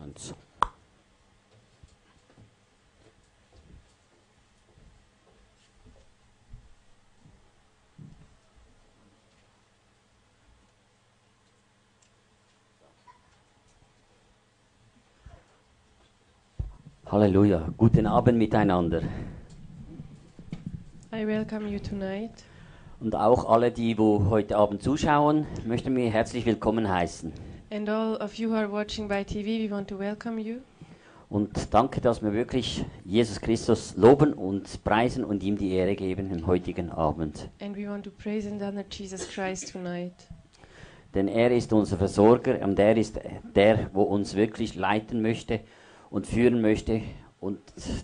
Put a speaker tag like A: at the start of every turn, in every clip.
A: uns. Halleluja, guten Abend miteinander.
B: I welcome you tonight
A: Und auch alle, die wo heute Abend zuschauen, möchten wir herzlich willkommen heißen.
B: and all of you who are watching by TV, we want to welcome you
A: Und danke, dass wir wirklich Jesus Christus loben und preisen und ihm die Ehre geben im heutigen Abend.
B: and we want to praise and honor Jesus Christ tonight
A: Denn er ist unser Versorger und er ist der, wo uns wirklich leiten möchte und führen möchte und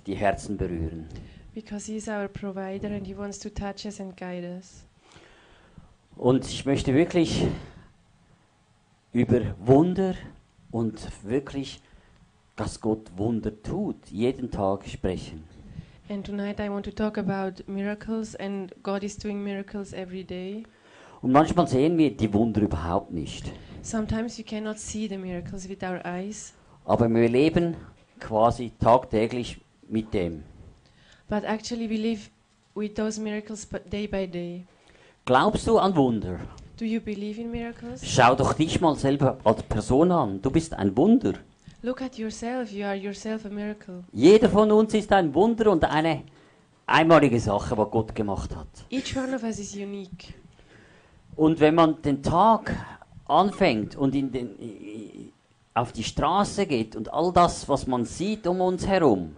A: die Herzen berühren.
B: because he is our provider and he wants to touch us and guide us.
A: Und ich möchte wirklich über Wunder und wirklich, dass Gott Wunder tut, jeden Tag sprechen.
B: And tonight I want to talk about miracles and God is doing miracles every day.
A: Und manchmal sehen wir die Wunder überhaupt nicht.
B: Sometimes we cannot see the miracles with our eyes,
A: Aber wir leben quasi tagtäglich mit dem.
B: but actually we live with those miracles but day by day.
A: Glaubst du an Wunder?
B: Do you believe in miracles?
A: Schau doch dich mal selber als Person an. Du bist ein Wunder.
B: Look at yourself, you are yourself a miracle.
A: Jeder von uns ist ein Wunder und eine einmalige Sache, was Gott gemacht hat.
B: Each one of us is unique.
A: Und wenn man den Tag anfängt und in den, auf die Straße geht und all das, was man sieht um uns herum,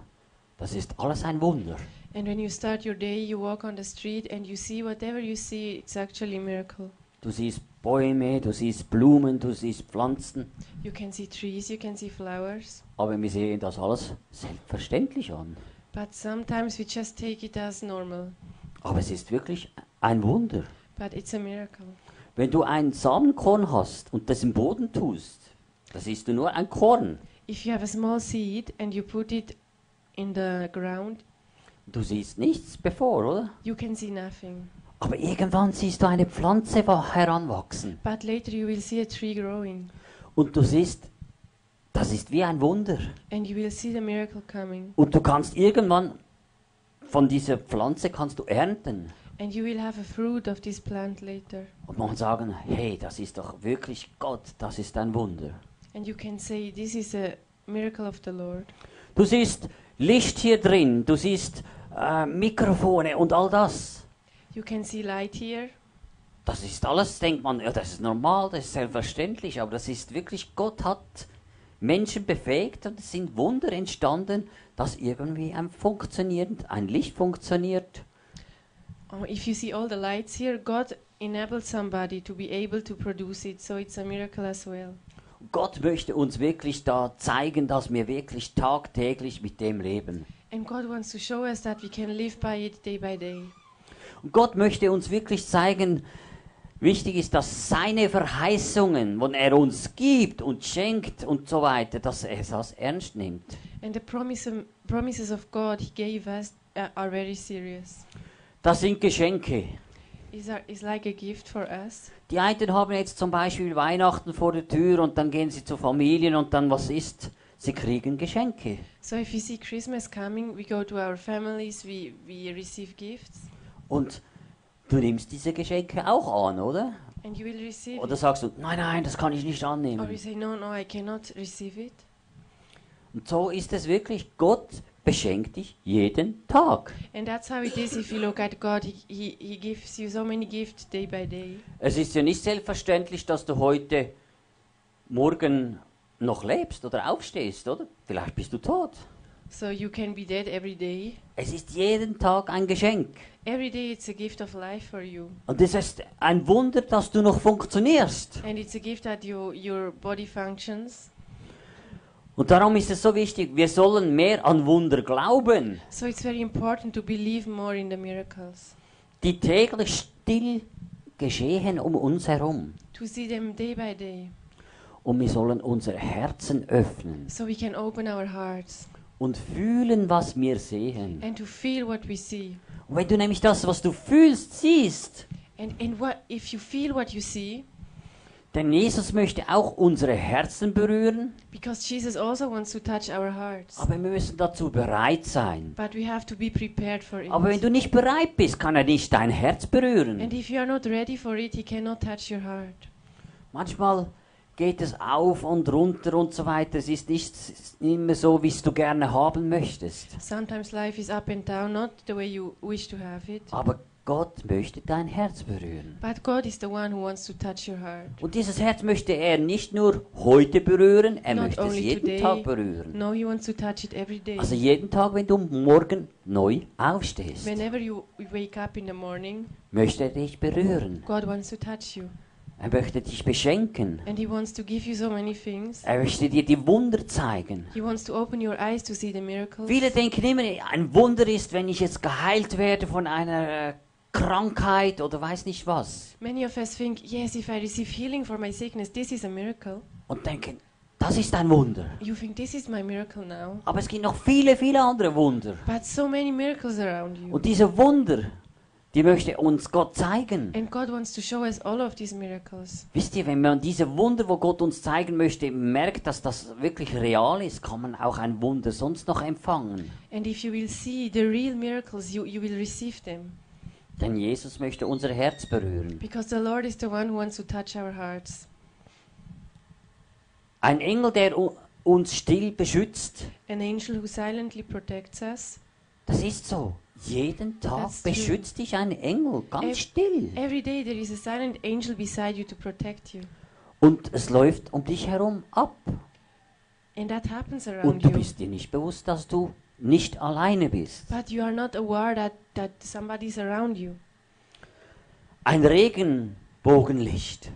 A: das ist alles ein Wunder.
B: And when you start your day, you walk on the street and you see whatever you see, it's actually a miracle.
A: Du siehst Bäume, du siehst Blumen, du siehst Pflanzen,
B: You can see trees, you can see flowers,
A: aber wir sehen das alles selbstverständlich an.
B: but sometimes we just take it as normal.
A: Aber es ist wirklich ein Wunder.
B: But it's a miracle.
A: Wenn du ein Samenkorn hast und das im Boden tust, das ist nur ein Korn.
B: If you have a small seed and you put it in the ground,
A: Du siehst nichts bevor, oder?
B: you can see nothing.
A: Aber irgendwann siehst du eine Pflanze wa- heranwachsen.
B: But later you will see a tree growing
A: Und du siehst, das ist wie ein Wunder.
B: and you will see the miracle coming
A: Und du kannst irgendwann von dieser Pflanze kannst du ernten.
B: and you will have a fruit of this plant later.
A: Und man kann sagen, hey, das ist doch wirklich Gott, das ist ein Wunder.
B: And you can say, This is a miracle of the Lord.
A: Du siehst Licht hier drin, du siehst äh, Mikrofone und all das.
B: You can see light here.
A: Das ist alles, denkt man, ja, das ist normal, das ist selbstverständlich, aber das ist wirklich, Gott hat Menschen befähigt und es sind Wunder entstanden, dass irgendwie ein funktioniert, ein Licht funktioniert.
B: Oh, if you see all the lights here, God enabled somebody to be able to produce it, so it's a miracle as well.
A: Gott möchte uns wirklich da zeigen, dass wir wirklich tagtäglich mit dem leben.
B: And God wants to show us that we can live by it day by day.
A: Und Gott möchte uns wirklich zeigen, wichtig ist, dass seine Verheißungen, die er uns gibt und schenkt und so weiter, dass er das ernst nimmt.
B: And the promise, um, promises of God He gave us uh, are very serious.
A: Das sind Geschenke.
B: It's, are, it's like a gift for us.
A: Die einen haben jetzt zum Beispiel Weihnachten vor der Tür und dann gehen sie zu Familien und dann was ist? Sie kriegen Geschenke.
B: So if we see Christmas coming, we go to our families, we, we receive gifts,
A: Und du nimmst diese Geschenke auch an, oder?
B: and you will receive
A: Oder
B: it.
A: sagst du, nein, nein, das kann ich nicht
B: Or you
A: annehmen.
B: say, No, no, I cannot receive it.
A: Und so ist es wirklich. Gott beschenkt dich jeden Tag.
B: And that's how it is if you look at God, He, he, he gives you so many gifts day by day.
A: Es ist ja nicht selbstverständlich, dass du heute, morgen noch lebst oder aufstehst, oder? Vielleicht bist du tot.
B: So you can be dead every day.
A: Es ist jeden Tag ein Geschenk.
B: Every day it's a gift of life for you.
A: Und es ist ein Wunder, dass du noch funktionierst.
B: And it's a gift that you, your body functions.
A: Und darum ist es so wichtig, wir sollen mehr an Wunder glauben,
B: So it's very important to believe more in the miracles.
A: die täglich still geschehen um uns herum.
B: To see them day by day.
A: Und wir sollen unsere Herzen öffnen
B: So we can open our hearts
A: und fühlen, was wir sehen.
B: and to feel what we see.
A: Und wenn du nämlich das, was du fühlst, siehst,
B: And, and what if you feel what you see,
A: Denn Jesus möchte auch unsere Herzen berühren,
B: because Jesus also wants to touch our hearts.
A: aber wir müssen dazu bereit sein.
B: But we have to be prepared for it.
A: Aber wenn du nicht bereit bist, kann er nicht dein Herz berühren.
B: And if you are not ready for it, He cannot touch your heart.
A: Manchmal geht es auf und runter und so weiter. Es ist nicht es ist nicht immer so, wie es du gerne haben möchtest.
B: Sometimes life is up and down, not the way you wish to have it.
A: Aber Gott möchte dein Herz berühren.
B: But God is the one who wants to touch your heart.
A: Und dieses Herz möchte er nicht nur heute berühren, er
B: Not
A: möchte es
B: only
A: jeden
B: today.
A: Tag berühren.
B: No, He wants to touch it every day.
A: Also jeden Tag, wenn du morgen neu aufstehst,
B: Whenever you wake up in the morning,
A: möchte er dich berühren.
B: God wants to touch you.
A: Er möchte dich beschenken.
B: And He wants to give you so many things.
A: Er möchte dir die Wunder zeigen.
B: He wants to open your eyes to see the miracles.
A: Viele denken immer, ein Wunder ist, wenn ich jetzt geheilt werde von einer äh, Krankheit oder weiß nicht was.
B: Many of us think, yes, if I receive healing for my sickness, this is a miracle.
A: Und denken, das ist ein Wunder.
B: You think this is my miracle now.
A: Aber es gibt noch viele, viele andere Wunder.
B: But so many miracles around you.
A: Und diese Wunder, die möchte uns Gott zeigen.
B: And God wants to show us all of these miracles.
A: Wisst ihr, wenn man diese Wunder, wo Gott uns zeigen möchte, merkt, dass das wirklich real ist, kann man auch ein Wunder sonst noch empfangen.
B: And if you will see the real miracles, you, you will receive them.
A: Denn Jesus möchte unser Herz berühren.
B: Because the Lord is the one who wants to touch our hearts.
A: Ein Engel, der u- uns still beschützt,
B: An angel who silently protects us.
A: das ist so. Jeden Tag
B: That's true. äh,
A: beschützt dich ein Engel, ganz
B: Ev-
A: still.
B: Every day there is a silent angel beside you to protect you.
A: Und es läuft um dich herum ab.
B: And that happens
A: Und
B: around
A: du
B: you.
A: bist dir nicht bewusst, dass du nicht alleine bist.
B: But you are not aware that, that somebody is around you.
A: Ein Regenbogenlicht.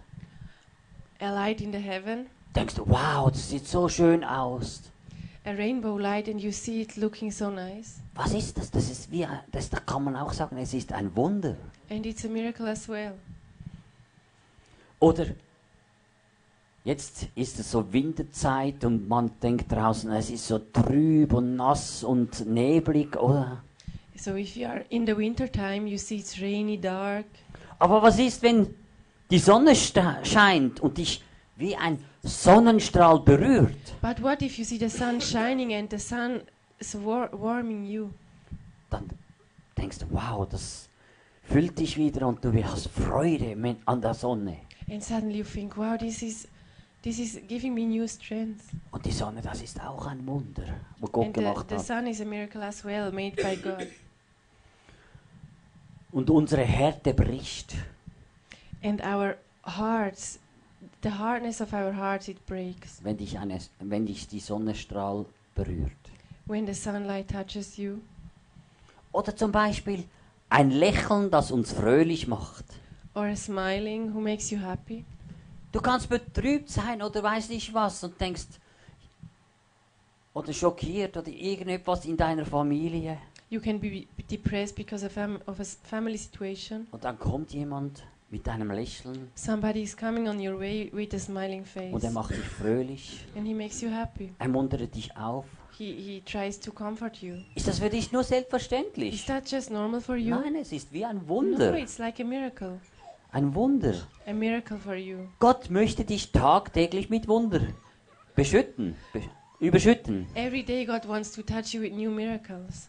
B: A light in the heaven,
A: Denkst du, wow, das sieht so schön aus.
B: a rainbow light, and you see it looking so nice.
A: Was ist das? Das ist wie, ein- das, da kann man auch sagen, es ist ein Wunder.
B: And it's a miracle as well.
A: Oder jetzt ist es so Winterzeit und man denkt draußen, es ist so trüb und nass und neblig, oder?
B: So if you are in the winter time, you see it's rainy, dark.
A: Aber was ist, wenn die Sonne sta- scheint und dich wie ein Sonnenstrahl berührt?
B: But what if you see the sun shining and the sun is war- warming you?
A: Dann denkst du, wow, das füllt dich wieder und du hast Freude mit- an der Sonne.
B: And suddenly you think, wow, this is, this is giving me new strength.
A: Und die Sonne, das ist auch ein Wunder, was Gott
B: and the,
A: gemacht
B: the
A: hat.
B: sun is a miracle as well, made by God.
A: Und unsere Härte bricht.
B: And our hearts, the hardness of our hearts, it breaks
A: wenn dich, eine, wenn dich die Sonnenstrahl berührt.
B: when the sunlight touches you.
A: Oder zum Beispiel ein Lächeln, das uns fröhlich macht.
B: Or a smiling who makes you happy.
A: Du kannst betrübt sein oder weiß nicht was und denkst, oder schockiert oder irgendetwas in deiner Familie.
B: You can be depressed because of, fam- of a s- family situation.
A: Und dann kommt jemand mit einem Lächeln
B: Somebody is coming on your way with a smiling face.
A: und er macht dich fröhlich.
B: And he makes you happy.
A: Er muntert dich auf.
B: He, he tries to comfort you.
A: Ist das für dich nur
B: Is
A: selbstverständlich?
B: that just normal for you?
A: Nein, es ist wie ein
B: No,
A: Wunder.
B: it's like a miracle.
A: Ein Wunder.
B: A miracle for you.
A: Gott möchte dich tagtäglich mit Wunder beschütten, be überschütten.
B: Every day God wants to touch you with new miracles.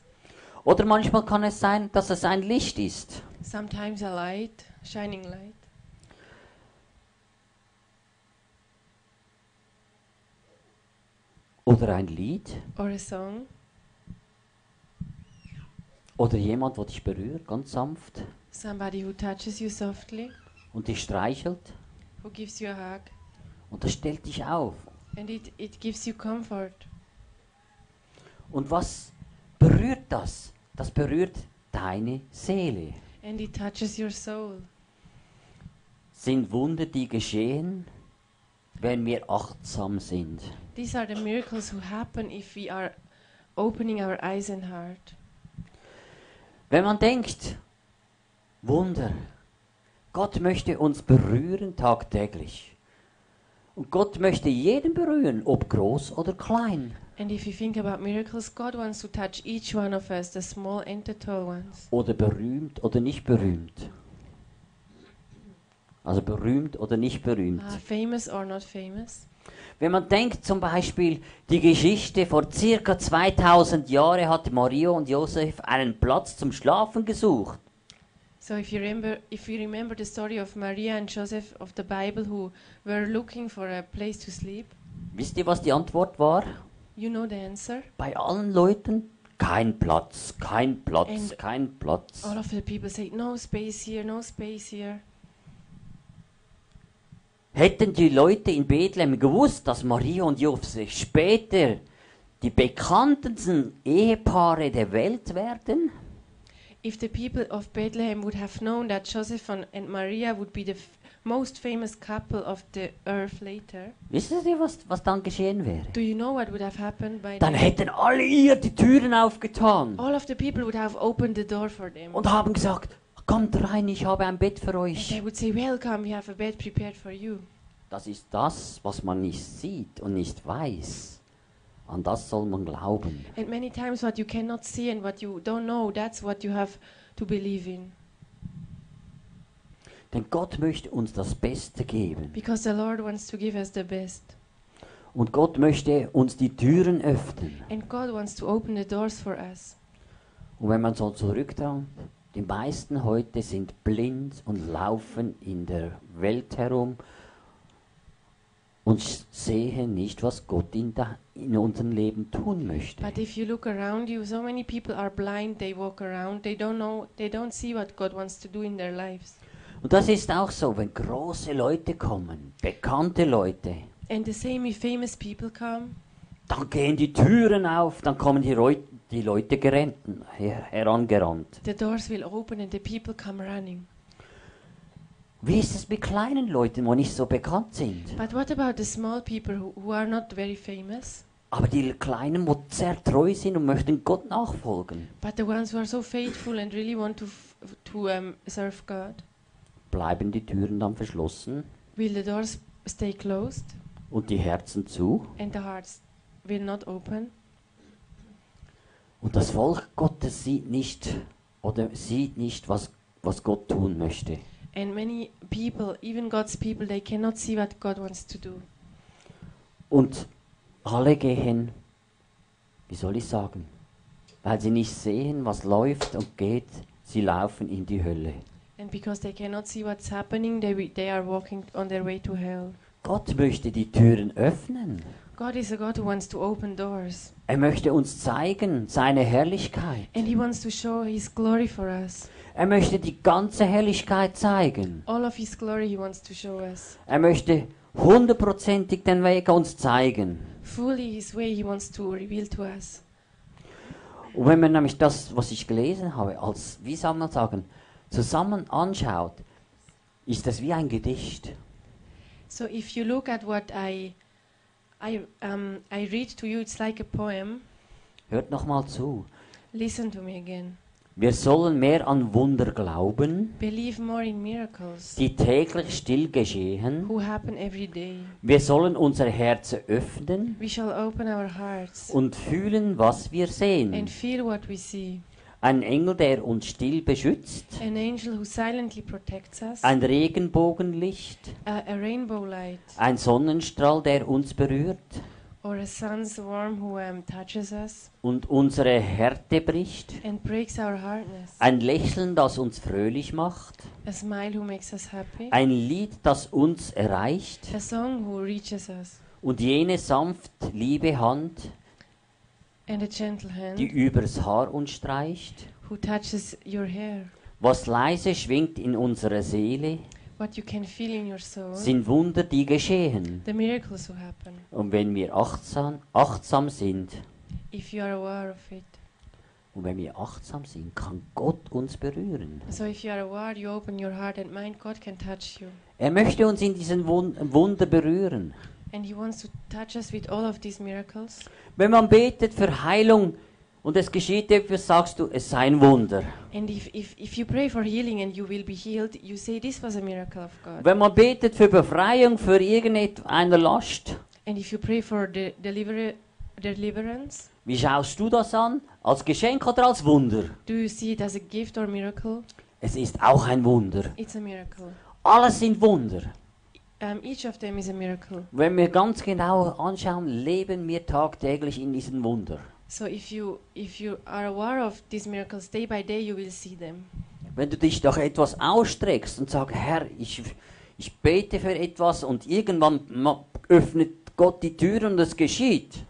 A: Oder manchmal kann es sein, dass es ein Licht ist.
B: Sometimes a light, shining light.
A: Oder ein Lied.
B: Or a song.
A: Oder jemand, der dich berührt, ganz sanft.
B: Somebody who touches you softly.
A: Und dich streichelt.
B: Who gives you a hug.
A: Und das stellt dich auf.
B: And it, it gives you comfort.
A: Und was berührt das? Das berührt deine Seele.
B: And it touches your soul.
A: Sind Wunder, die geschehen, wenn wir achtsam sind.
B: These are the miracles who happen if we are opening our eyes and heart.
A: Wenn man denkt, Wunder, Gott möchte uns berühren tagtäglich. Und Gott möchte jeden berühren, ob groß oder klein.
B: And if you think about miracles, God wants to touch each one of us, the small and the tall ones,
A: Oder berühmt oder nicht berühmt. Also berühmt oder nicht berühmt.
B: Uh, famous or not famous?
A: Wenn man denkt zum Beispiel, die Geschichte vor circa 2000 Jahren hat Maria und Josef einen Platz zum Schlafen gesucht.
B: So if you remember, if you remember the story of Maria and Joseph of the Bible who were looking for a place to sleep,
A: Wisst ihr, was die Antwort war?
B: you know the answer.
A: Bei allen Leuten? Kein Platz, kein Platz,
B: And-
A: kein Platz.
B: All of the people say no space here, no space here.
A: Hätten die Leute in Bethlehem gewusst, dass Maria und Josef später die bekanntesten Ehepaare der Welt werden?
B: If the people of Bethlehem would have known that Joseph and and Maria would be the f- most famous couple of the earth later,
A: Wissen Sie, was, was dann geschehen wäre?
B: do you know what would have happened by
A: Dann
B: then?
A: hätten alle ihr die Türen aufgetan
B: All of the people would have opened the door for them.
A: und haben gesagt, kommt rein, ich habe ein Bett für
B: And they
A: euch.
B: would say, Welcome, we have a bed prepared for you.
A: Das ist das, was man nicht sieht und nicht weiß. An das soll man glauben.
B: And many times, what you cannot see and what you don't know, that's what you have to believe in.
A: Denn Gott möchte uns das Beste geben.
B: Because the Lord wants to give us the best.
A: Und Gott möchte uns die Türen öffnen.
B: And God wants to open the doors for us.
A: Und wenn man so zurücktraut, die meisten heute sind blind und laufen in der Welt herum und sch- sehen nicht, was Gott in, da, in unserem Leben tun möchte.
B: But if you look around you, so many people are blind, they walk around, they don't know, they don't see what God wants to do in their lives.
A: Und das ist auch so, wenn große Leute kommen, bekannte Leute,
B: And the same if famous people come,
A: dann gehen die Türen auf, dann kommen die, Reu die Leute gerannt, her herangerannt.
B: the doors will open and the people come running.
A: Wie ist es mit kleinen Leuten, die nicht so bekannt sind?
B: But what about the small people who, who are not very famous,
A: Aber die Kleinen, die sehr treu sind und möchten Gott nachfolgen,
B: but the ones who are so faithful and really want to, f- to um, serve God?
A: bleiben die Türen dann verschlossen
B: Will the doors stay closed
A: und die Herzen zu.
B: and the hearts will not open?
A: Und das Volk Gottes sieht nicht oder sieht nicht, was, was Gott tun möchte.
B: And many people, even God's people, they cannot see what God wants to do.
A: Und alle gehen, wie soll ich sagen, weil sie nicht sehen, was läuft und geht, sie laufen in die Hölle.
B: And because they cannot see what's happening, they, wi- they are walking on their way to hell.
A: Gott möchte die Türen öffnen.
B: God is a God who wants to open doors.
A: Er möchte uns zeigen seine Herrlichkeit.
B: And He wants to show His glory for us.
A: Er möchte die ganze Herrlichkeit zeigen.
B: All of His glory He wants to show us.
A: Er möchte hundertprozentig den Weg uns zeigen.
B: Fully His way He wants to reveal to us.
A: Und wenn man nämlich das, was ich gelesen habe, als, wie soll man sagen, zusammen anschaut, ist das wie ein Gedicht.
B: So if you look at what I, I, um, I read to you, it's like a poem.
A: Hört nochmal zu.
B: Listen to me again.
A: Wir sollen mehr an Wunder glauben,
B: Believe more in miracles
A: die täglich still geschehen.
B: who happen every day.
A: Wir sollen unser Herz öffnen
B: We shall open our hearts
A: und fühlen, was wir
B: and
A: sehen.
B: feel what we see.
A: Ein Engel, der uns still beschützt.
B: An angel who silently protects us.
A: Ein Regenbogenlicht.
B: a, a rainbow light
A: Ein Sonnenstrahl, der uns berührt
B: or a sun's warm who um, touches us
A: und unsere Härte bricht.
B: and breaks our hardness,
A: Ein Lächeln, das uns fröhlich macht.
B: a smile who makes us happy,
A: Ein Lied, das uns erreicht.
B: a song who reaches us,
A: Und jene sanft liebe Hand,
B: and a gentle hand
A: die übers Haar uns streicht.
B: who touches your hair.
A: Was leise schwingt in unserer Seele,
B: What you can feel in your soul,
A: sind Wunder, die geschehen.
B: the miracles who happen,
A: Und wenn wir achtsam, achtsam sind,
B: if you are aware of it.
A: und wenn wir achtsam sind, kann Gott uns berühren.
B: So if you are aware, you open your heart and mind, God can touch you.
A: Er möchte uns in diesen Wun Wunder berühren.
B: And He wants to touch us with all of these miracles.
A: Wenn man betet für Heilung und es geschieht etwas, sagst du, es sei ein Wunder.
B: And if, if, if you pray for healing and you will be healed, you say this was a miracle of God.
A: Wenn man betet für Befreiung, für irgendeine Last,
B: And if you pray for the deliver- deliverance,
A: wie schaust du das an? Als Geschenk oder als Wunder?
B: do you see it as a gift or miracle?
A: Es ist auch ein Wunder.
B: It's a miracle.
A: Alles sind Wunder.
B: Um, each of them is a miracle.
A: Wenn wir ganz genau anschauen, leben wir tagtäglich in diesen Wunder.
B: So if you if you are aware of these miracles day by day, you will see them.
A: Wenn du dich nach etwas ausstreckst und sagst, Herr, ich, ich bete für etwas und irgendwann ma- öffnet Gott die Tür und es geschieht,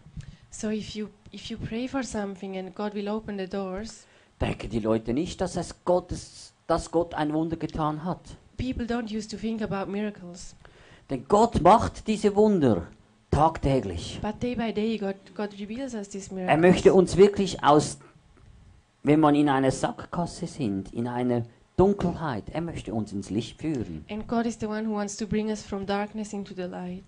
B: So if you if you pray for something and God will open the doors,
A: denken die Leute nicht, dass, es Gottes, dass Gott ein Wunder getan hat.
B: people don't used to think about miracles,
A: Denn Gott macht diese Wunder tagtäglich.
B: but day by day, God God reveals us these
A: Er
B: miracles.
A: möchte uns wirklich aus, wenn man in einer Sackgasse sind, in einer Dunkelheit, er möchte uns ins Licht führen.
B: And God is the one who wants to bring us from darkness into the light.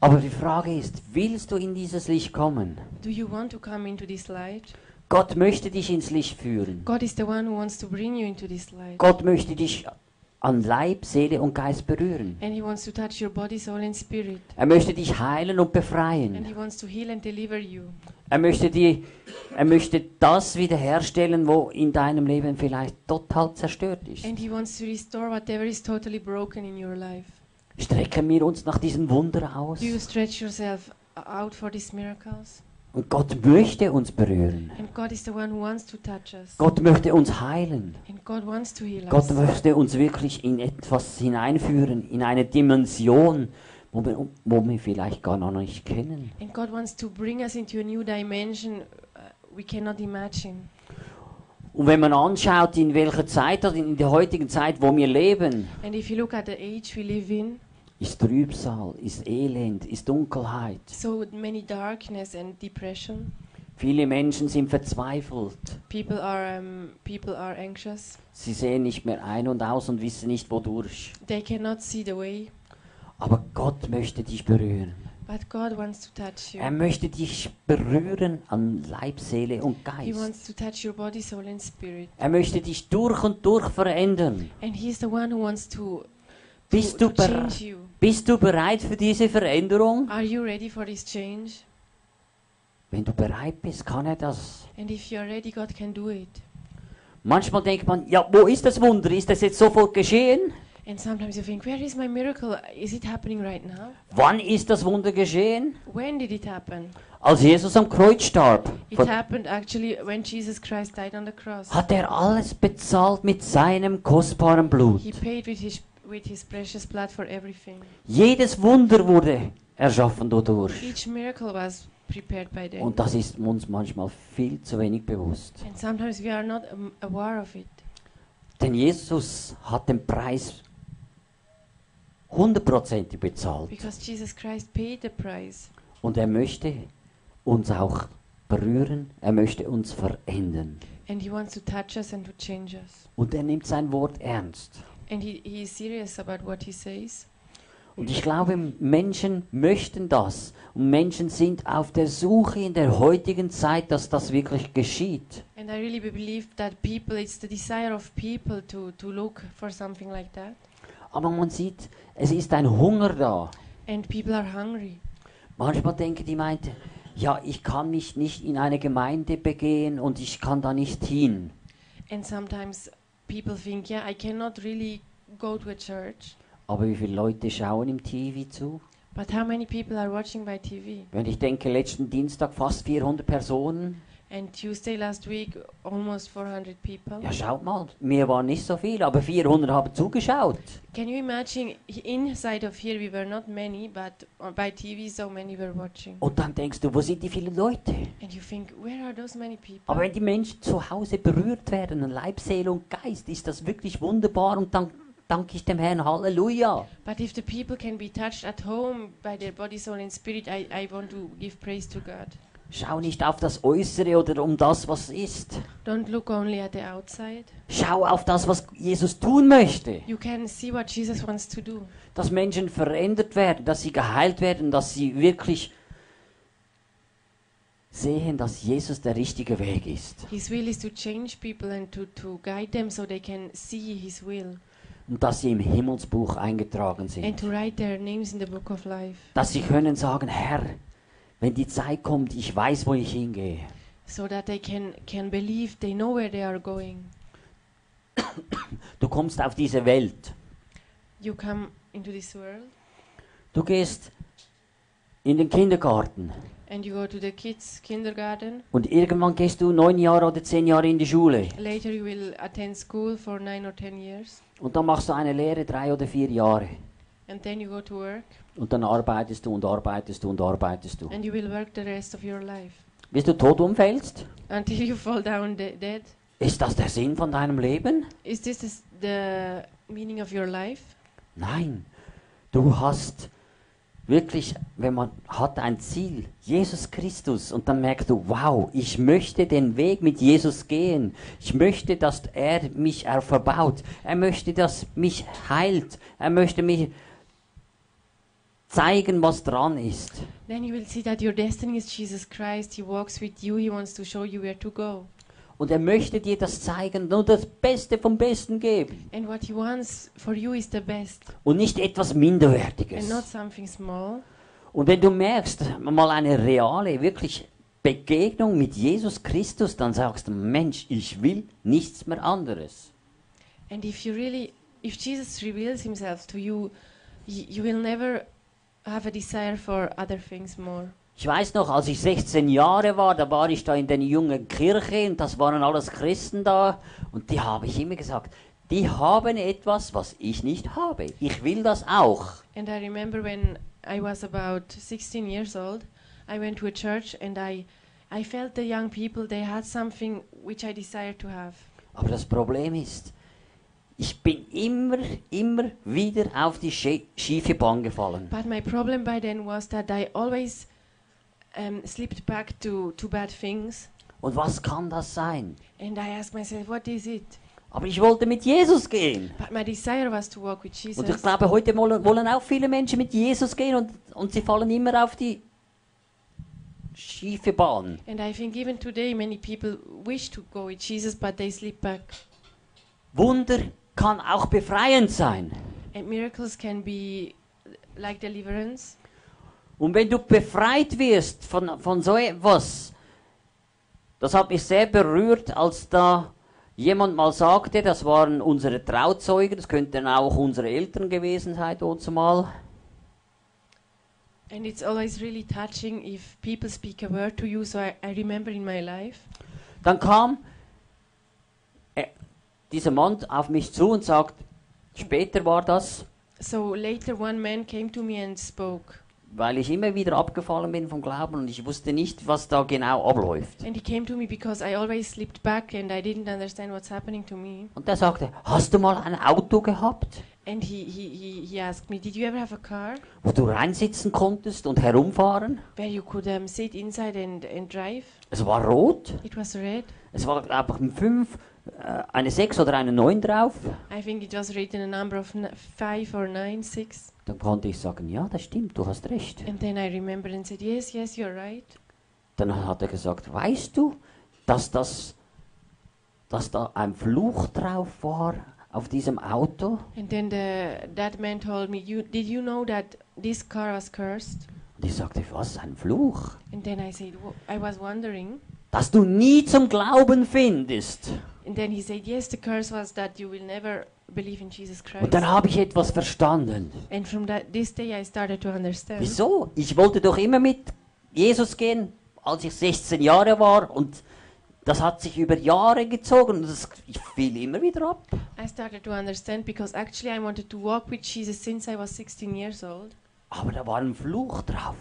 A: Aber die Frage ist, willst du in dieses Licht kommen?
B: Do you want to come into this light?
A: Gott möchte dich ins Licht führen.
B: God is the one who wants to bring you into this light.
A: Gott möchte dich an Leib, Seele und Geist berühren.
B: And he wants to touch your body, soul, and spirit.
A: Er möchte dich heilen und
B: And he
A: befreien.
B: wants to heal and deliver you.
A: Er möchte, dir, er möchte das wiederherstellen, wo in deinem Leben vielleicht total zerstört ist.
B: And he wants to restore whatever is totally broken in your life.
A: Strecken wir uns nach diesem Wunder aus.
B: Do you stretch yourself out for these miracles?
A: Und Gott möchte uns berühren.
B: And God is the one who wants to touch us.
A: Gott möchte uns heilen.
B: And God wants to heal
A: Gott
B: us.
A: möchte uns wirklich in etwas hineinführen, in eine Dimension, wo wir, wo wir vielleicht gar noch nicht kennen.
B: And God wants to bring us into a new dimension uh, we cannot imagine.
A: Und wenn man anschaut, in welcher Zeit, also in der heutigen Zeit, wo wir leben,
B: And if you look at the age we live in,
A: ist Trübsal, ist Elend, ist Dunkelheit.
B: so many darkness and depression.
A: Viele Menschen sind verzweifelt.
B: People are um, people are anxious.
A: Sie sehen nicht mehr ein und aus und wissen nicht wodurch.
B: They cannot see the way,
A: Aber Gott möchte dich berühren.
B: but God wants to touch
A: Er
B: you.
A: möchte dich berühren an Leib, Seele und
B: He
A: Geist.
B: wants to touch your body, soul, and spirit.
A: Er möchte dich durch und durch verändern.
B: And He is the one who wants to to,
A: Bist du,
B: to
A: ber
B: change you.
A: bist du bereit für diese Veränderung?
B: Are you ready for this change?
A: Wenn du bereit bist, kann er das.
B: And if you are ready, God can do it.
A: Manchmal denkt man, ja, wo ist das Wunder? Ist das jetzt sofort geschehen?
B: And sometimes you think, where is my miracle? Is it happening right now?
A: Wann ist das Wunder geschehen?
B: When did it happen?
A: Als Jesus am Kreuz starb,
B: It
A: ver-
B: happened actually when Jesus Christ died on the cross.
A: hat er alles bezahlt mit seinem kostbaren Blut.
B: He paid with His with His precious blood for everything.
A: Jedes Wunder wurde erschaffen dadurch.
B: Each miracle was prepared by them.
A: Und das ist uns manchmal viel zu wenig bewusst.
B: And sometimes we are not um, aware of it.
A: Denn Jesus hat den Preis hundertprozentig bezahlt.
B: Because Jesus Christ paid the price.
A: Und er möchte uns auch berühren, er möchte uns verändern.
B: And He wants to touch us and to change us.
A: Und er nimmt sein Wort ernst.
B: And He, he is serious about what He says.
A: Und ich glaube, Menschen möchten das. Und Menschen sind auf der Suche in der heutigen Zeit, dass das wirklich geschieht.
B: And I really be- believe that people, it's the desire of people to, to look for something like that.
A: Aber man sieht, es ist ein Hunger da.
B: And people are hungry.
A: Manchmal denken die meinte, ja, ich kann mich nicht in eine Gemeinde begehen und ich kann da nicht hin.
B: And sometimes people think, yeah, I cannot really go to a church.
A: Aber wie viele Leute schauen im TV zu?
B: But how many people are watching by TV?
A: Wenn ich denke, letzten Dienstag fast 400 Personen.
B: And Tuesday last week, almost 400 people.
A: Ja, schaut mal, mir waren nicht so viel, aber 400 haben zugeschaut.
B: Can you imagine h- inside of here we were not many, but uh, by TV so many were watching.
A: Und dann denkst du, wo sind die vielen Leute?
B: And you think, where are those many people?
A: Aber wenn die Menschen zu Hause berührt werden, an Leib, Seele und Geist, ist das wirklich wunderbar und dann danke ich dem Herrn, Halleluja.
B: But if the people can be touched at home by their body, soul, and spirit, I, I want to give praise to God.
A: Schau nicht auf das Äußere oder um das, was ist.
B: Don't look only at the outside.
A: Schau auf das, was Jesus tun möchte.
B: You can see what Jesus wants to do.
A: Dass Menschen verändert werden, dass sie geheilt werden, dass sie wirklich sehen, dass Jesus der richtige Weg ist.
B: His will is to change people and to, to guide them so they can see His will
A: Und dass sie im Himmelsbuch eingetragen
B: and
A: sind.
B: to write their names in the book of life
A: Dass sie können sagen, Herr, wenn die Zeit kommt, ich weiß, wo ich hingehe.
B: so that they can, can believe they know where they are going.
A: Du kommst auf diese Welt.
B: You come into this world
A: Du gehst in den Kindergarten
B: and you go to the kids' kindergarten.
A: und irgendwann gehst du neun Jahre oder zehn Jahre in die Schule
B: Later, you will attend school for nine or ten years.
A: und dann machst du eine Lehre drei oder vier Jahre
B: And then you go to work
A: und dann arbeitest du und arbeitest du und arbeitest du.
B: and you will work the rest of your life
A: Bis du tot umfällst?
B: until you fall down de- dead.
A: Ist das der Sinn von deinem Leben?
B: Is this is the meaning of your life?
A: Nein, du hast wirklich, wenn man hat ein Ziel, Jesus Christus, und dann merkst du, wow, ich möchte den Weg mit Jesus gehen. Ich möchte, dass er mich er verbaut. Er möchte, dass mich heilt. Er möchte mir zeigen, was dran ist.
B: Then you will see that your destiny is Jesus Christ. He walks with you. He wants to show you where to go.
A: Und er möchte dir das zeigen, nur das Beste vom Besten geben
B: And what he wants for you is the best
A: und nicht etwas Minderwertiges.
B: and not something small.
A: Und wenn du merkst, mal eine reale, wirklich Begegnung mit Jesus Christus, dann sagst du, Mensch, ich will nichts mehr anderes.
B: And if you really, if Jesus reveals himself to you, y- you will never have a desire for other things more.
A: Ich weiß noch, als ich 16 Jahre war, da war ich da in der jungen Kirche und das waren alles Christen da und die habe ich immer gesagt, die haben etwas, was ich nicht habe. Ich will das auch.
B: And I remember when I was about 16 years old, I went to a church and I, I felt the young people they had something which I desired to have.
A: Aber das Problem ist, ich bin immer, immer wieder auf die schie- schiefe Bahn gefallen.
B: But my problem by then was that I always um, slipped back to, to bad things.
A: Und was kann das sein?
B: And I asked myself, what is it?
A: Aber ich wollte mit Jesus gehen.
B: But my desire was to walk with Jesus.
A: Und ich glaube, heute wollen, wollen auch viele Menschen mit Jesus gehen und, und sie fallen immer auf die schiefe Bahn.
B: And I think even today many people wish to go with Jesus, but they slip back.
A: Wunder kann auch befreiend sein.
B: And miracles can be like deliverance.
A: Und wenn du befreit wirst von, von so etwas, das hat mich sehr berührt, als da jemand mal sagte, das waren unsere Trauzeugen, das könnten auch unsere Eltern gewesen sein, dort zumal.
B: And it's always really touching if people speak a word to you. So I, I remember in my life.
A: Dann kam äh, dieser Mann auf mich zu und sagt, später war das,
B: So later, one man came to me and spoke.
A: weil ich immer wieder abgefallen bin vom Glauben und ich wusste nicht, was da genau abläuft.
B: And he came to me because I always slipped back and I didn't understand what's happening to me.
A: Und er sagte, hast du mal ein Auto gehabt,
B: And he, he, he, he asked me, Did you ever have a car
A: wo du reinsitzen konntest und herumfahren?
B: where you could um, sit inside and, and drive?
A: Es war rot,
B: It was red.
A: es war glaube ich ein 5, eine 6 oder eine 9 drauf.
B: I think it was written a number of n- five or nine, six.
A: Dann konnte ich sagen, ja, das stimmt, du hast recht.
B: And then I remembered and said, Yes, yes, you're right.
A: Dann hat er gesagt, weißt du, dass das, dass da ein Fluch drauf war auf diesem Auto?
B: And then the, that man told me, you, Did you know that this car was cursed?
A: Und ich sagte, was, ein Fluch?
B: And then I said, "Wo- I was wondering.
A: Dass du nie zum Glauben findest.
B: And then he said, Yes, the curse was that you will never believe in Jesus Christ.
A: Und dann habe ich etwas verstanden.
B: And from that, this day, I started to understand.
A: Wieso? Ich wollte doch immer mit Jesus gehen, als ich 16 Jahre war und das hat sich über Jahre gezogen und das, ich fiel immer wieder ab.
B: I started to understand because actually I wanted to walk with Jesus since I was 16 years old.
A: Aber da war ein Fluch drauf.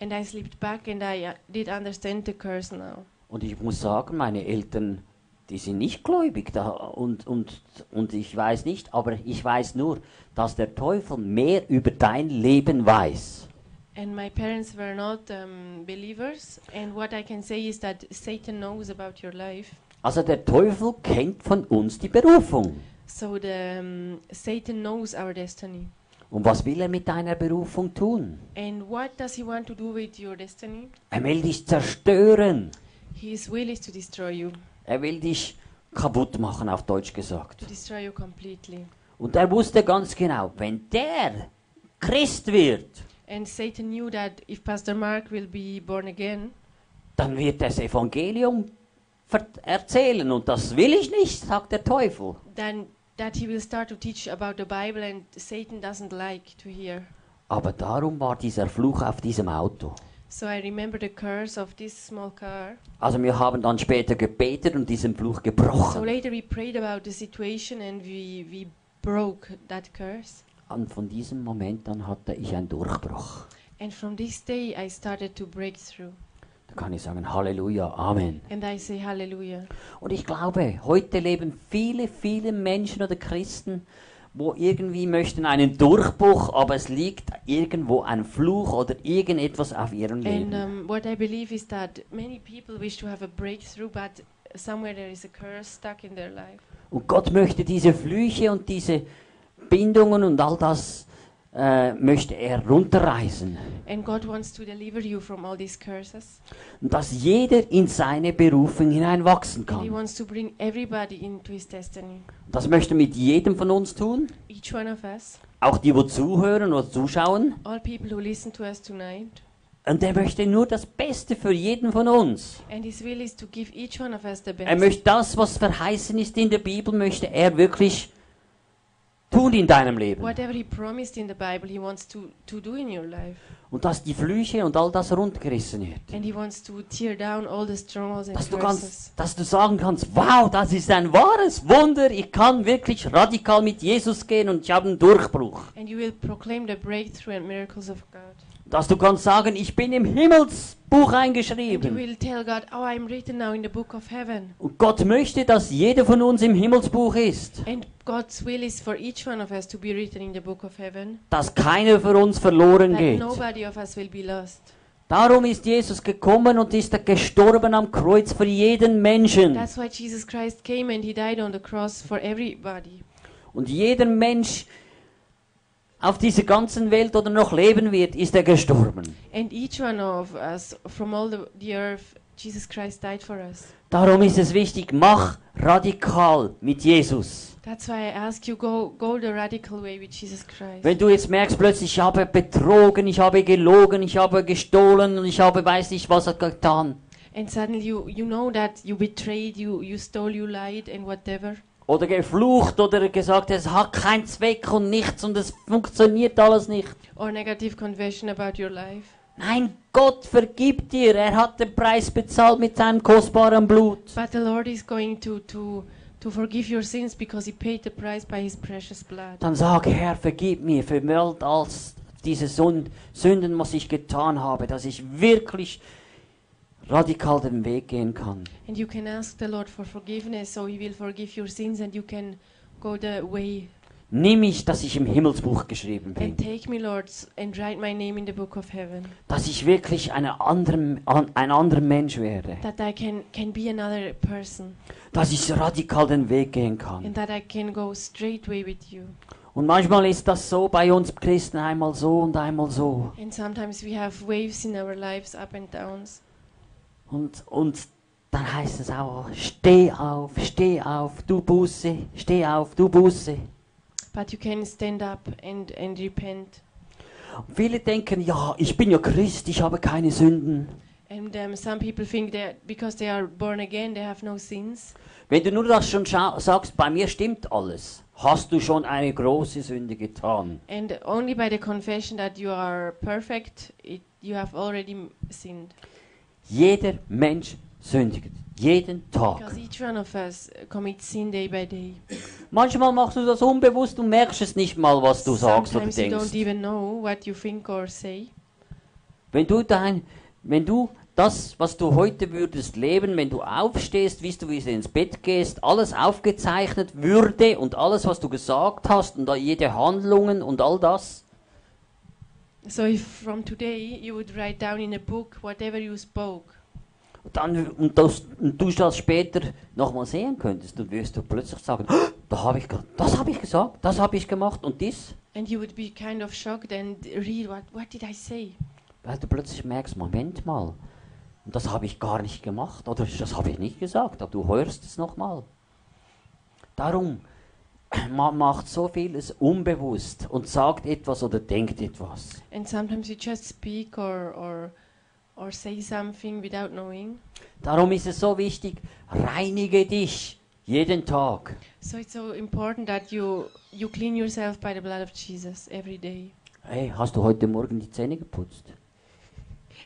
B: And I slipped back and I uh, did understand the curse now.
A: Und ich muss sagen, meine Eltern, die sind nicht gläubig da und, und, und ich weiß nicht, aber ich weiß nur, dass der Teufel mehr über dein Leben weiß.
B: And my parents were not um, believers. And what I can say is that Satan knows about your life.
A: Also der Teufel kennt von uns die Berufung.
B: So the um, Satan knows our destiny.
A: Und was will er mit deiner Berufung tun?
B: And what does he want to do with your destiny?
A: Er will dich zerstören.
B: His will is to destroy you,
A: Er will dich kaputt machen, auf Deutsch gesagt.
B: to destroy you completely.
A: Und er wusste ganz genau, wenn der Christ wird,
B: And Satan knew that if Pastor Mark will be born again,
A: dann wird er das Evangelium ver- erzählen. Und das will ich nicht, sagt der Teufel.
B: then that he will start to teach about the Bible, and Satan doesn't like to hear.
A: Aber darum war dieser Fluch auf diesem Auto.
B: So I remember the curse of this small car.
A: Also wir haben dann später gebetet und diesen Fluch
B: So
A: gebrochen.
B: later we prayed about the situation, and we we broke that curse.
A: Und von diesem Moment an hatte ich einen Durchbruch.
B: And from this day, I started to break through.
A: Da kann ich sagen, Halleluja, Amen.
B: And I say hallelujah.
A: Und ich glaube, heute leben viele, viele Menschen oder Christen, wo irgendwie möchten einen Durchbruch, aber es liegt irgendwo ein Fluch oder irgendetwas auf ihrem Leben.
B: And um, what I believe is that many people wish to have a breakthrough, but somewhere there is a curse stuck in their life.
A: Und Gott möchte diese Flüche und diese Bindungen und all das äh, möchte er runterreißen.
B: And God wants to deliver you from all these curses.
A: Und dass jeder in seine Berufung hineinwachsen
B: And He
A: kann.
B: wants to bring everybody into His destiny.
A: Das möchte er mit jedem von uns tun.
B: Each one of us,
A: Auch die, wo zuhören oder zuschauen.
B: all people who listen to us tonight.
A: Und er möchte nur das Beste für jeden von uns.
B: And His will is to give each one of us the
A: Er
B: best.
A: möchte das, was verheißen ist in der Bibel, möchte er wirklich tun in deinem Leben.
B: Whatever He promised in the Bible, He wants to, to do in your life.
A: Und dass die Flüche und all das rundgerissen wird.
B: And He wants to tear down all the strongholds and
A: Dass du,
B: curses.
A: kannst, dass du sagen kannst, wow, das ist ein wahres Wunder, ich kann wirklich radikal mit Jesus gehen und ich habe einen Durchbruch.
B: And you will proclaim the breakthrough and miracles of God.
A: Dass du kannst sagen, ich bin im Himmelsbuch
B: And you
A: eingeschrieben.
B: will tell God, Oh, I'm written now in the book of heaven.
A: Und Gott möchte, dass jeder von uns im Himmelsbuch ist.
B: And God's will is for each one of us to be written in the book of heaven.
A: Dass keiner von uns verloren
B: That
A: geht.
B: nobody of us will be lost.
A: Darum ist Jesus gekommen und ist er gestorben am Kreuz für jeden Menschen.
B: That's why Jesus Christ came and he died on the cross for everybody.
A: Und jeder Mensch auf dieser ganzen Welt oder noch leben wird, ist er gestorben.
B: And each one of us from all the, the earth, Jesus Christ died for us.
A: Darum ist es wichtig, mach radikal mit Jesus.
B: That's why I ask you go go the radical way with Jesus Christ.
A: Wenn du jetzt merkst plötzlich, ich habe betrogen, ich habe gelogen, ich habe gestohlen und ich habe weiß nicht was getan.
B: And suddenly you, you know that you betrayed, you, you stole, you lied and whatever.
A: Oder geflucht oder gesagt, es hat keinen Zweck und nichts und es funktioniert alles nicht.
B: Or negative confession about your life.
A: Nein, Gott vergibt dir. Er hat den Preis bezahlt mit seinem kostbaren Blut.
B: But the Lord is going to, to, to forgive your sins because He paid the price by His precious blood.
A: Dann sag, Herr, vergib mir für mehr als diese Sünd- Sünden, was ich getan habe, dass ich wirklich radikal den Weg gehen kann.
B: And you can ask the Lord for forgiveness, so He will forgive your sins and you can go the way.
A: Nimm mich, dass ich im Himmelsbuch geschrieben bin,
B: And take me, Lord, s- and write my name in the book of heaven,
A: dass ich wirklich eine andere, an, ein anderer Mensch werde,
B: that I can, can be another person
A: dass ich radikal den Weg gehen
B: and
A: kann.
B: that I can go straightway with you.
A: Und manchmal ist das so bei uns Christen, einmal so und einmal so.
B: And sometimes we have waves in our lives, up and downs.
A: Und, und dann heißt es auch, steh auf, steh auf, du Buße, steh auf, du Buße.
B: But you can stand up and, and repent.
A: Und viele denken, ja, ich bin ja Christ, ich habe keine Sünden.
B: And um, some people think that because they are born again, they have no sins.
A: Wenn du nur das schon scha- sagst, bei mir stimmt alles, hast du schon eine große Sünde getan.
B: And only by the confession that you are perfect, it, you have already m- sinned.
A: Jeder Mensch sündigt, jeden Tag.
B: Because each one of us uh, commits sin day by day.
A: Manchmal machst du das unbewusst und merkst es nicht mal, was du sagst oder
B: Sometimes you don't
A: denkst.
B: even know what you think or say.
A: Wenn du dein, wenn du das, was du heute würdest leben, wenn du aufstehst, wie du wieder ins Bett gehst, alles aufgezeichnet würde und alles, was du gesagt hast und da jede Handlungen und all das,
B: So if from today you would write down in a book whatever you spoke,
A: dann und, das, und du das später nochmal sehen könntest, dann wirst du plötzlich sagen, "Ah, da habe ich, ge- das habe ich gesagt, das habe ich gemacht und dies,
B: and you would be kind of shocked and read what what did I say?
A: weil du plötzlich merkst, Moment mal. Und das habe ich gar nicht gemacht oder das habe ich nicht gesagt, aber du hörst es nochmal. Darum, man macht so vieles unbewusst und sagt etwas oder denkt etwas.
B: And sometimes you just speak or or or say something without knowing.
A: Darum ist es so wichtig, reinige dich Jeden Tag.
B: So it's so important that you you clean yourself by the blood of Jesus every day.
A: Hey, hast du heute Morgen die Zähne geputzt?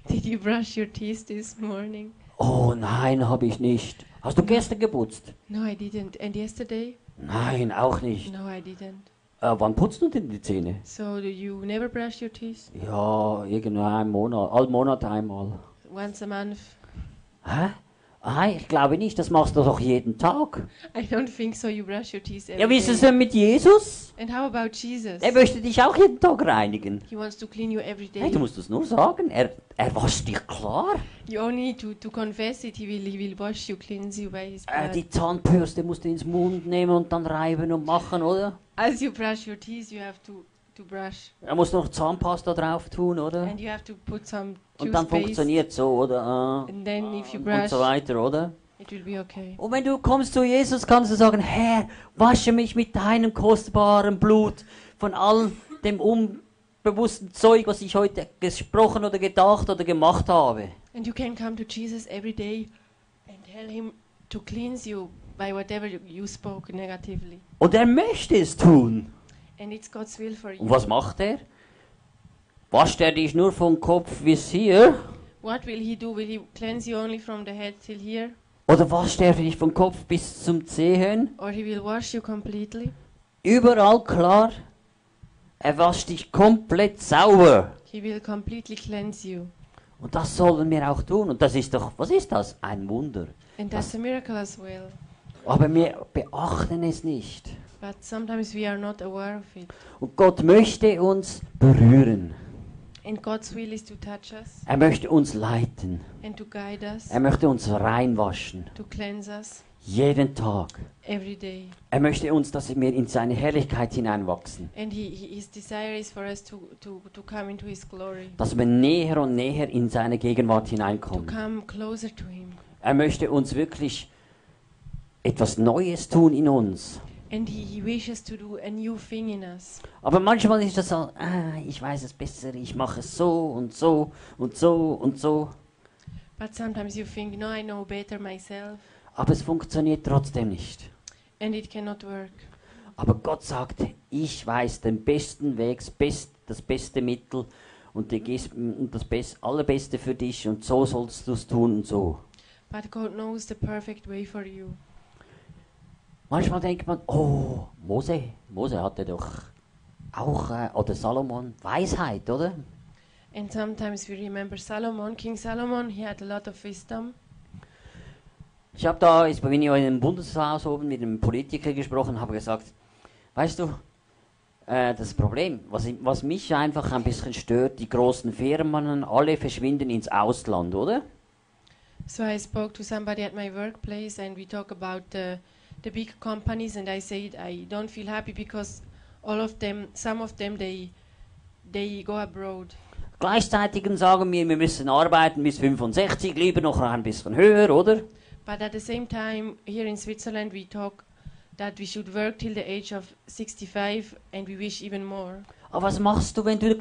B: Did you brush your teeth this morning?
A: Oh nein, habe ich nicht. Hast du gestern geputzt?
B: No, I didn't. And yesterday?
A: Nein, auch nicht.
B: No, I didn't.
A: Äh, wann putzt du denn die Zähne?
B: So do you never brush your teeth?
A: Ja, irgendein Monat, all Monat einmal.
B: Once a month?
A: Hä? Ah, ich glaube nicht, das machst du doch jeden Tag.
B: I don't think so. You brush your teeth every
A: Ja, wie ist
B: day.
A: es denn mit Jesus?
B: And how about Jesus?
A: Er möchte dich auch jeden Tag reinigen.
B: He wants to clean you every day.
A: Hey, du musst es nur sagen, er, er wascht dich klar.
B: You only need to, to confess it. He will he will wash you, cleanse you by his
A: Äh,
B: blood.
A: die Zahnbürste musst du ins Mund nehmen und dann reiben und machen, oder?
B: As you brush your teeth, you have to, to brush
A: Er muss noch Zahnpasta drauf tun, oder?
B: and you have to put some
A: Und dann
B: toothpaste.
A: funktioniert so, oder? Äh,
B: And then if you
A: und
B: brush,
A: so weiter, oder?
B: it will be okay.
A: Und wenn du kommst zu Jesus, kannst du sagen, Herr, wasche mich mit deinem kostbaren Blut von all dem unbewussten Zeug, was ich heute gesprochen oder gedacht oder gemacht habe.
B: And you can come to Jesus every day and tell him to cleanse you by whatever you, you spoke negatively.
A: Und er möchte es tun.
B: And it's God's will for
A: Und
B: you.
A: was macht er? Wascht er dich nur vom Kopf bis hier?
B: What will he do? Will he cleanse you only from the head till here?
A: Oder wascht er dich vom Kopf bis zum Zehen?
B: Or he will wash you completely?
A: Überall klar, er wascht dich komplett sauber.
B: He will completely cleanse you.
A: Und das sollen wir auch tun. Und das ist doch, was ist das? Ein Wunder.
B: And that's a miracle as well.
A: Aber wir beachten es nicht.
B: But sometimes we are not aware of it.
A: Und Gott möchte uns berühren.
B: And God's will is to touch us
A: Er möchte uns leiten.
B: and to guide us,
A: Er möchte uns reinwaschen.
B: to cleanse us
A: Jeden Tag.
B: every day.
A: Er möchte uns, dass wir in seine Herrlichkeit hineinwachsen.
B: And he, he, His desire is for us to, to, to come into His glory,
A: Dass wir näher und näher in seine Gegenwart
B: to
A: hineinkommen.
B: come closer to Him.
A: Er möchte uns wirklich etwas Neues tun in uns.
B: And He, he wishes to do a new thing in us.
A: Aber manchmal ist das so, ah, ich weiß es besser, ich mache es so und so und so und so.
B: But sometimes you think, no, I know better myself,
A: Aber es funktioniert trotzdem nicht.
B: and it cannot work.
A: Aber Gott sagt, ich weiß den besten Weg, das best- das beste Mittel und die Ges- und das Best, Allerbeste für dich und so sollst du es tun und so.
B: But God knows the perfect way for you.
A: Manchmal denkt man, oh, Mose, Mose hatte doch auch, äh, oder Salomon, Weisheit, oder?
B: And sometimes we remember Solomon, King Solomon, he had a lot of wisdom.
A: Ich habe da, jetzt bin ich in einem Bundeshaus oben mit einem Politiker gesprochen, habe gesagt, weißt du, äh, das Problem, was, ich- was mich einfach ein bisschen stört, die großen Firmen, alle verschwinden ins Ausland, oder?
B: So I spoke to somebody at my workplace, and we talk about the the big companies, and I said I don't feel happy because all of them, some of them, they they go abroad,
A: Gleichzeitig sagen wir, wir müssen arbeiten bis 65, lieber noch ein bisschen höher, oder?
B: but at the same time, here in Switzerland, we talk that we should work till the age of 65, and we wish even more.
A: Aber was machst du, wenn du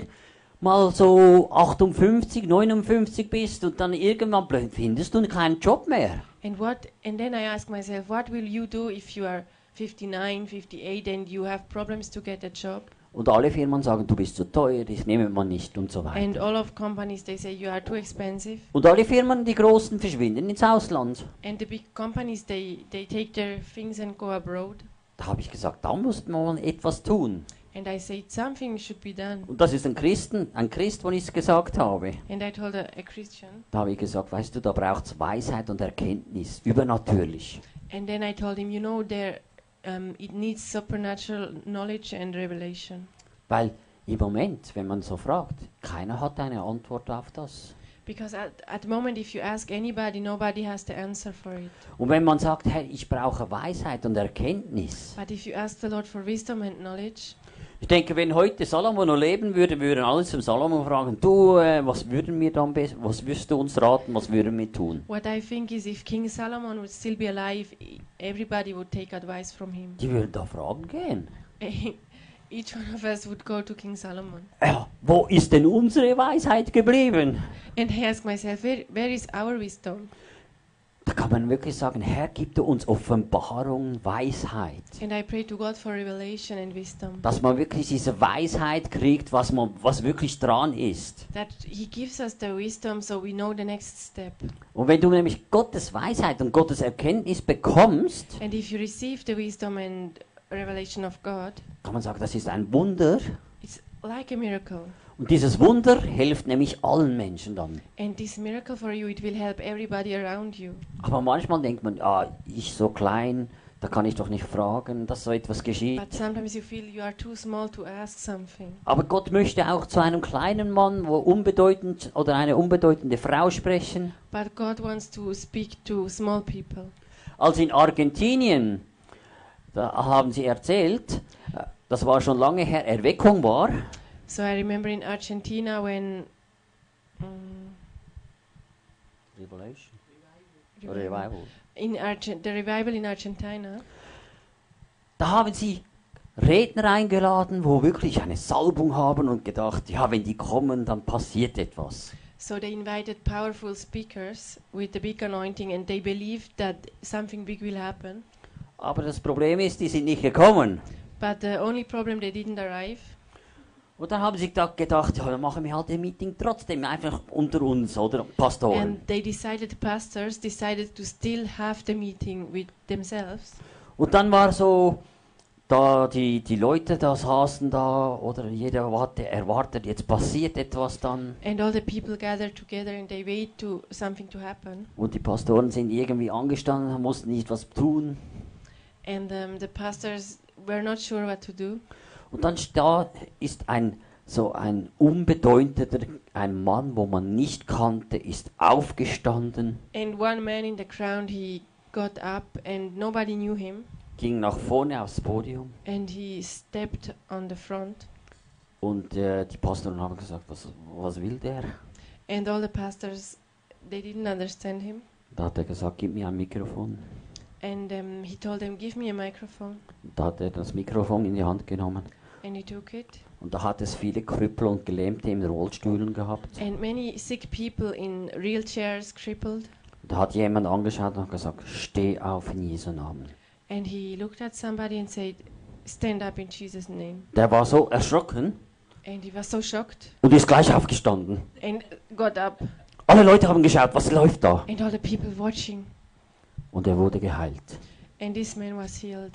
A: mal so 58, 59 bist und dann irgendwann plö- findest du keinen Job mehr?
B: And what? And then I ask myself, what will you do if you are 59, 58, and you have problems to get a job?
A: Und alle Firmen sagen, du bist zu teuer, dich nehmen wir nicht und so weiter.
B: And all of companies, they say you are too expensive.
A: Und alle Firmen, die großen, verschwinden ins Ausland.
B: And the big companies, they, they take their things and go abroad.
A: Da habe ich gesagt, da muss man etwas tun.
B: And I said, something should be done.
A: Und das ist ein Christen, ein Christ, wo ich es gesagt habe.
B: And I told a, a Christian.
A: Da habe ich gesagt, weißt du, da braucht es Weisheit und Erkenntnis, übernatürlich.
B: And then I told him, you know, there, um, it needs supernatural knowledge and revelation.
A: Weil im Moment, wenn man so fragt, keiner hat eine Antwort auf das.
B: Because at, at the moment, if you ask anybody, nobody has the answer for it.
A: Und wenn man sagt, hey, ich brauche Weisheit und Erkenntnis.
B: But if you ask the Lord for wisdom and knowledge,
A: Ich denke, wenn heute Salomo noch leben würde, würden alle zum Salomo fragen, du, äh, was würden wir dann, bes- was würdest du uns raten, was würden wir tun?
B: what I think is if King Solomon would still be alive, e- everybody would take advice from him.
A: Die würden da fragen gehen.
B: Each one of us would go to King Solomon.
A: Ja, wo ist denn unsere Weisheit geblieben?
B: And I ask myself, where, where is our wisdom?
A: Da kann kann man wirklich sagen, Herr, gib du uns Offenbarung, Weisheit.
B: And I pray to God for revelation and wisdom.
A: Dass man wirklich diese Weisheit kriegt, was, man, was wirklich dran ist.
B: That He gives us the wisdom so we know the next step.
A: Und wenn du nämlich Gottes Weisheit und Gottes Erkenntnis bekommst,
B: And if you receive the wisdom and revelation of God,
A: kann man sagen, das ist ein Wunder.
B: it's like a miracle.
A: Und dieses Wunder hilft nämlich allen Menschen dann.
B: And this miracle for you, it will help everybody around you.
A: Aber manchmal denkt man, ah, ich so klein, da kann ich doch nicht fragen, dass so etwas
B: But
A: geschieht.
B: sometimes you feel you are too small to ask something.
A: Aber Gott möchte auch zu einem kleinen Mann, wo unbedeutend oder eine unbedeutende Frau sprechen.
B: But God wants to speak to small people.
A: Als in Argentinien, da haben sie erzählt, äh, das war schon lange her, Erweckung war.
B: So I remember in Argentina when. um,
A: Revelation.
B: revival-
A: Revival.
B: In Argent- the revival in Argentina,
A: Da haben sie Redner eingeladen, wo wirklich eine Salbung haben und gedacht, ja, wenn die kommen, dann passiert etwas.
B: so they invited powerful speakers with the big anointing, and they believed that something big will happen.
A: Aber das Problem ist, die sind nicht gekommen.
B: But the only problem they didn't arrive.
A: Und dann haben sie da gedacht, ja, dann machen wir halt ein Meeting trotzdem einfach unter uns, oder? Pastoren.
B: And they decided, the pastors decided to still have the meeting with themselves.
A: Und dann war so, da die, die Leute da saßen da, oder jeder hatte erwartet, jetzt passiert etwas dann.
B: And all the people gathered together and they wait to something to happen.
A: Und die Pastoren sind irgendwie angestanden, mussten nicht was tun.
B: And um, the pastors were not sure what to do.
A: Und dann da ist ein so ein unbedeutender, ein Mann, wo man nicht kannte, ist aufgestanden,
B: And one man in the crowd, he got up and nobody knew him.
A: ging nach vorne aufs Podium
B: And he stepped on the front.
A: und äh, die Pastoren haben gesagt, was, was will der?
B: And all the pastors, they didn't understand him.
A: Da hat er gesagt, gib mir ein Mikrofon.
B: And um, he told them, give me a microphone.
A: Da hat er das Mikrofon in die Hand genommen.
B: And he took it.
A: Und da hat es viele Krüppel und Gelähmte in Rollstühlen gehabt.
B: And many sick people in wheelchairs, crippled.
A: Da hat jemand angeschaut und hat gesagt, steh auf in Jesu Namen.
B: And he looked at somebody and said, stand up in Jesus' name.
A: Der war so erschrocken
B: And he was so shocked
A: und ist gleich aufgestanden.
B: and got up.
A: Alle Leute haben geschaut, was läuft da?
B: And all the people watching.
A: Und er wurde geheilt.
B: And this man was healed.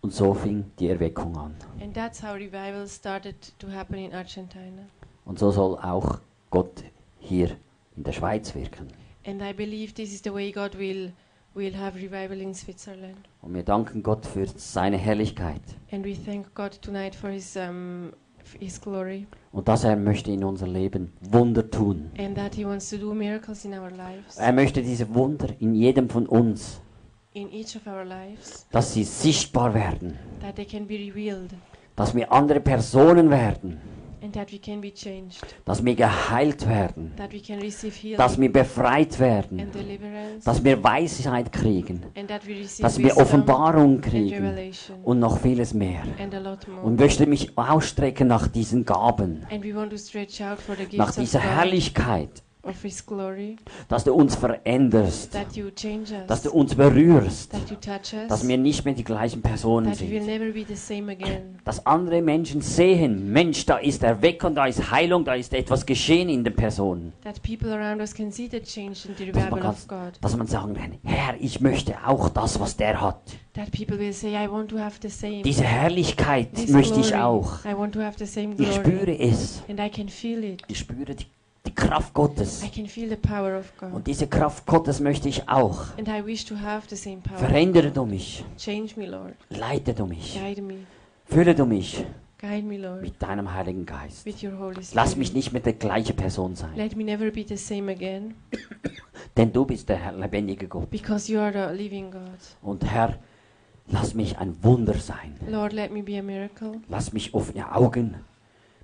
A: Und so fing die Erweckung an.
B: And that's how revival started to happen in Argentina.
A: Und so soll auch Gott hier in der Schweiz wirken.
B: And I believe this is the way God will will have revival in Switzerland.
A: Und wir danken Gott für seine Herrlichkeit
B: And we thank God tonight for His um, f- His glory
A: und dass er möchte in unser Leben Wunder tun.
B: and that He wants to do miracles in our lives,
A: Er möchte diese Wunder in jedem von uns,
B: in each of our lives,
A: dass sie sichtbar werden,
B: that they can be revealed
A: dass wir andere Personen werden,
B: and that we can be changed,
A: dass wir geheilt werden,
B: that we can receive
A: dass
B: healing
A: wir befreit werden,
B: and deliverance,
A: dass wir Weisheit kriegen,
B: and that we receive
A: dass wir
B: wisdom
A: Offenbarung
B: and
A: kriegen
B: revelation
A: und noch vieles mehr.
B: and a lot more.
A: Und möchte mich ausstrecken nach diesen Gaben,
B: and we want to stretch out for the
A: nach
B: gifts of,
A: dieser
B: God,
A: Herrlichkeit,
B: of His glory,
A: dass du uns veränderst,
B: that you change us,
A: dass du uns berührst,
B: that you touch us,
A: dass wir nicht mehr die gleichen Personen
B: that we will
A: sind.
B: never be the same again.
A: Dass andere Menschen sehen, Mensch, da ist er weg und da ist Heilung, da ist etwas geschehen in den Personen.
B: That people around us can see the change in the
A: Dass man,
B: revival
A: kann,
B: of God.
A: dass man sagen kann, Herr, ich möchte auch das, was der hat.
B: That people will say, I want to have the same.
A: Diese Herrlichkeit
B: this
A: möchte ich
B: glory.
A: auch.
B: I want to have the same
A: Ich
B: glory.
A: spüre es.
B: And I can feel it.
A: Ich spüre die, die Kraft Gottes.
B: I can feel the power of
A: Und
B: God.
A: diese Kraft Gottes möchte ich auch.
B: And I wish to have the same power.
A: Verändere du mich.
B: Change me, Lord.
A: Leite du mich.
B: Guide me.
A: Fülle du mich
B: Guide me, Lord,
A: mit deinem Heiligen Geist.
B: with your Holy
A: Lass mich
B: Spirit.
A: nicht mehr der gleiche Person sein,
B: Let me never be the same again,
A: denn du bist der Herr, lebendige Gott.
B: because you are the living God.
A: Und Herr, lass mich ein Wunder sein.
B: Lord, let me be a miracle.
A: Lass mich offene Augen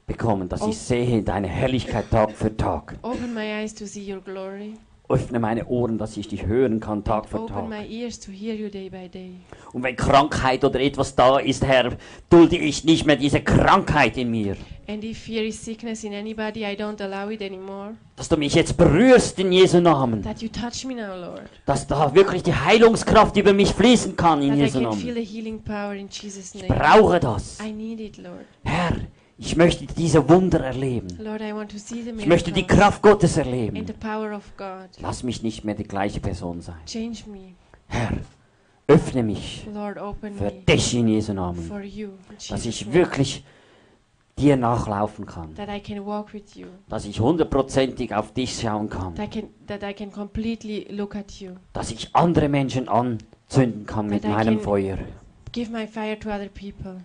A: bekommen, dass
B: Oh.
A: ich sehe deine Herrlichkeit Tag für Tag.
B: Open my eyes to see your glory
A: öffne meine Ohren, dass ich dich hören kann Tag für
B: Open my
A: Tag.
B: ears to hear you day by day.
A: Und wenn Krankheit oder etwas da ist, Herr, dulde ich nicht mehr diese Krankheit in mir.
B: And if there is sickness in anybody, I don't allow it anymore.
A: Dass du mich jetzt berührst in Jesu Namen.
B: That you touch me now, Lord.
A: Dass da wirklich die Heilungskraft über mich fließen kann in
B: That I
A: Jesu
B: can feel
A: Namen.
B: the healing power in Jesus'
A: Ich
B: name.
A: brauche das.
B: I need it, Lord.
A: Herr, ich möchte diese Wunder erleben.
B: Lord, I want to see the
A: Ich möchte die
B: miracles
A: Kraft Gottes
B: and the
A: erleben.
B: power of God.
A: Lass mich nicht mehr die gleiche Person sein.
B: Change me,
A: Herr, öffne mich
B: Lord. Open
A: für
B: me
A: dich in Jesu Namen.
B: for you, in
A: Dass
B: Jesus'
A: ich
B: name.
A: wirklich dir nachlaufen kann.
B: That I can walk with you.
A: Dass ich hundertprozentig auf dich schauen kann.
B: That I can that I can completely look at you.
A: Dass ich andere Menschen anzünden kann mit
B: That I
A: meinem
B: can-
A: Feuer.
B: Give my fire to other people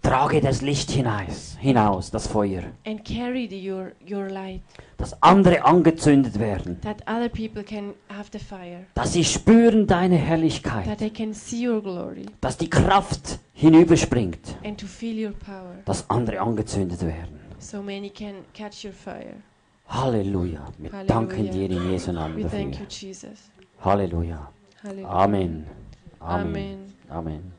A: Trage das Licht hinaus, hinaus, das Feuer.
B: and carry the, your your light.
A: Dass andere angezündet werden.
B: That other people can have the fire.
A: Dass sie spüren deine
B: That
A: Herrlichkeit.
B: they can see your glory
A: Dass die Kraft hinüberspringt.
B: and to feel your power.
A: dass andere angezündet werden.
B: So many can catch your fire.
A: Halleluja. Wir
B: Halleluja.
A: danken dir in Jesu Namen
B: We
A: dafür.
B: thank you, Jesus.
A: Halleluja.
B: Hallelujah.
A: Amen. Amen.
B: Amen.
A: Amen.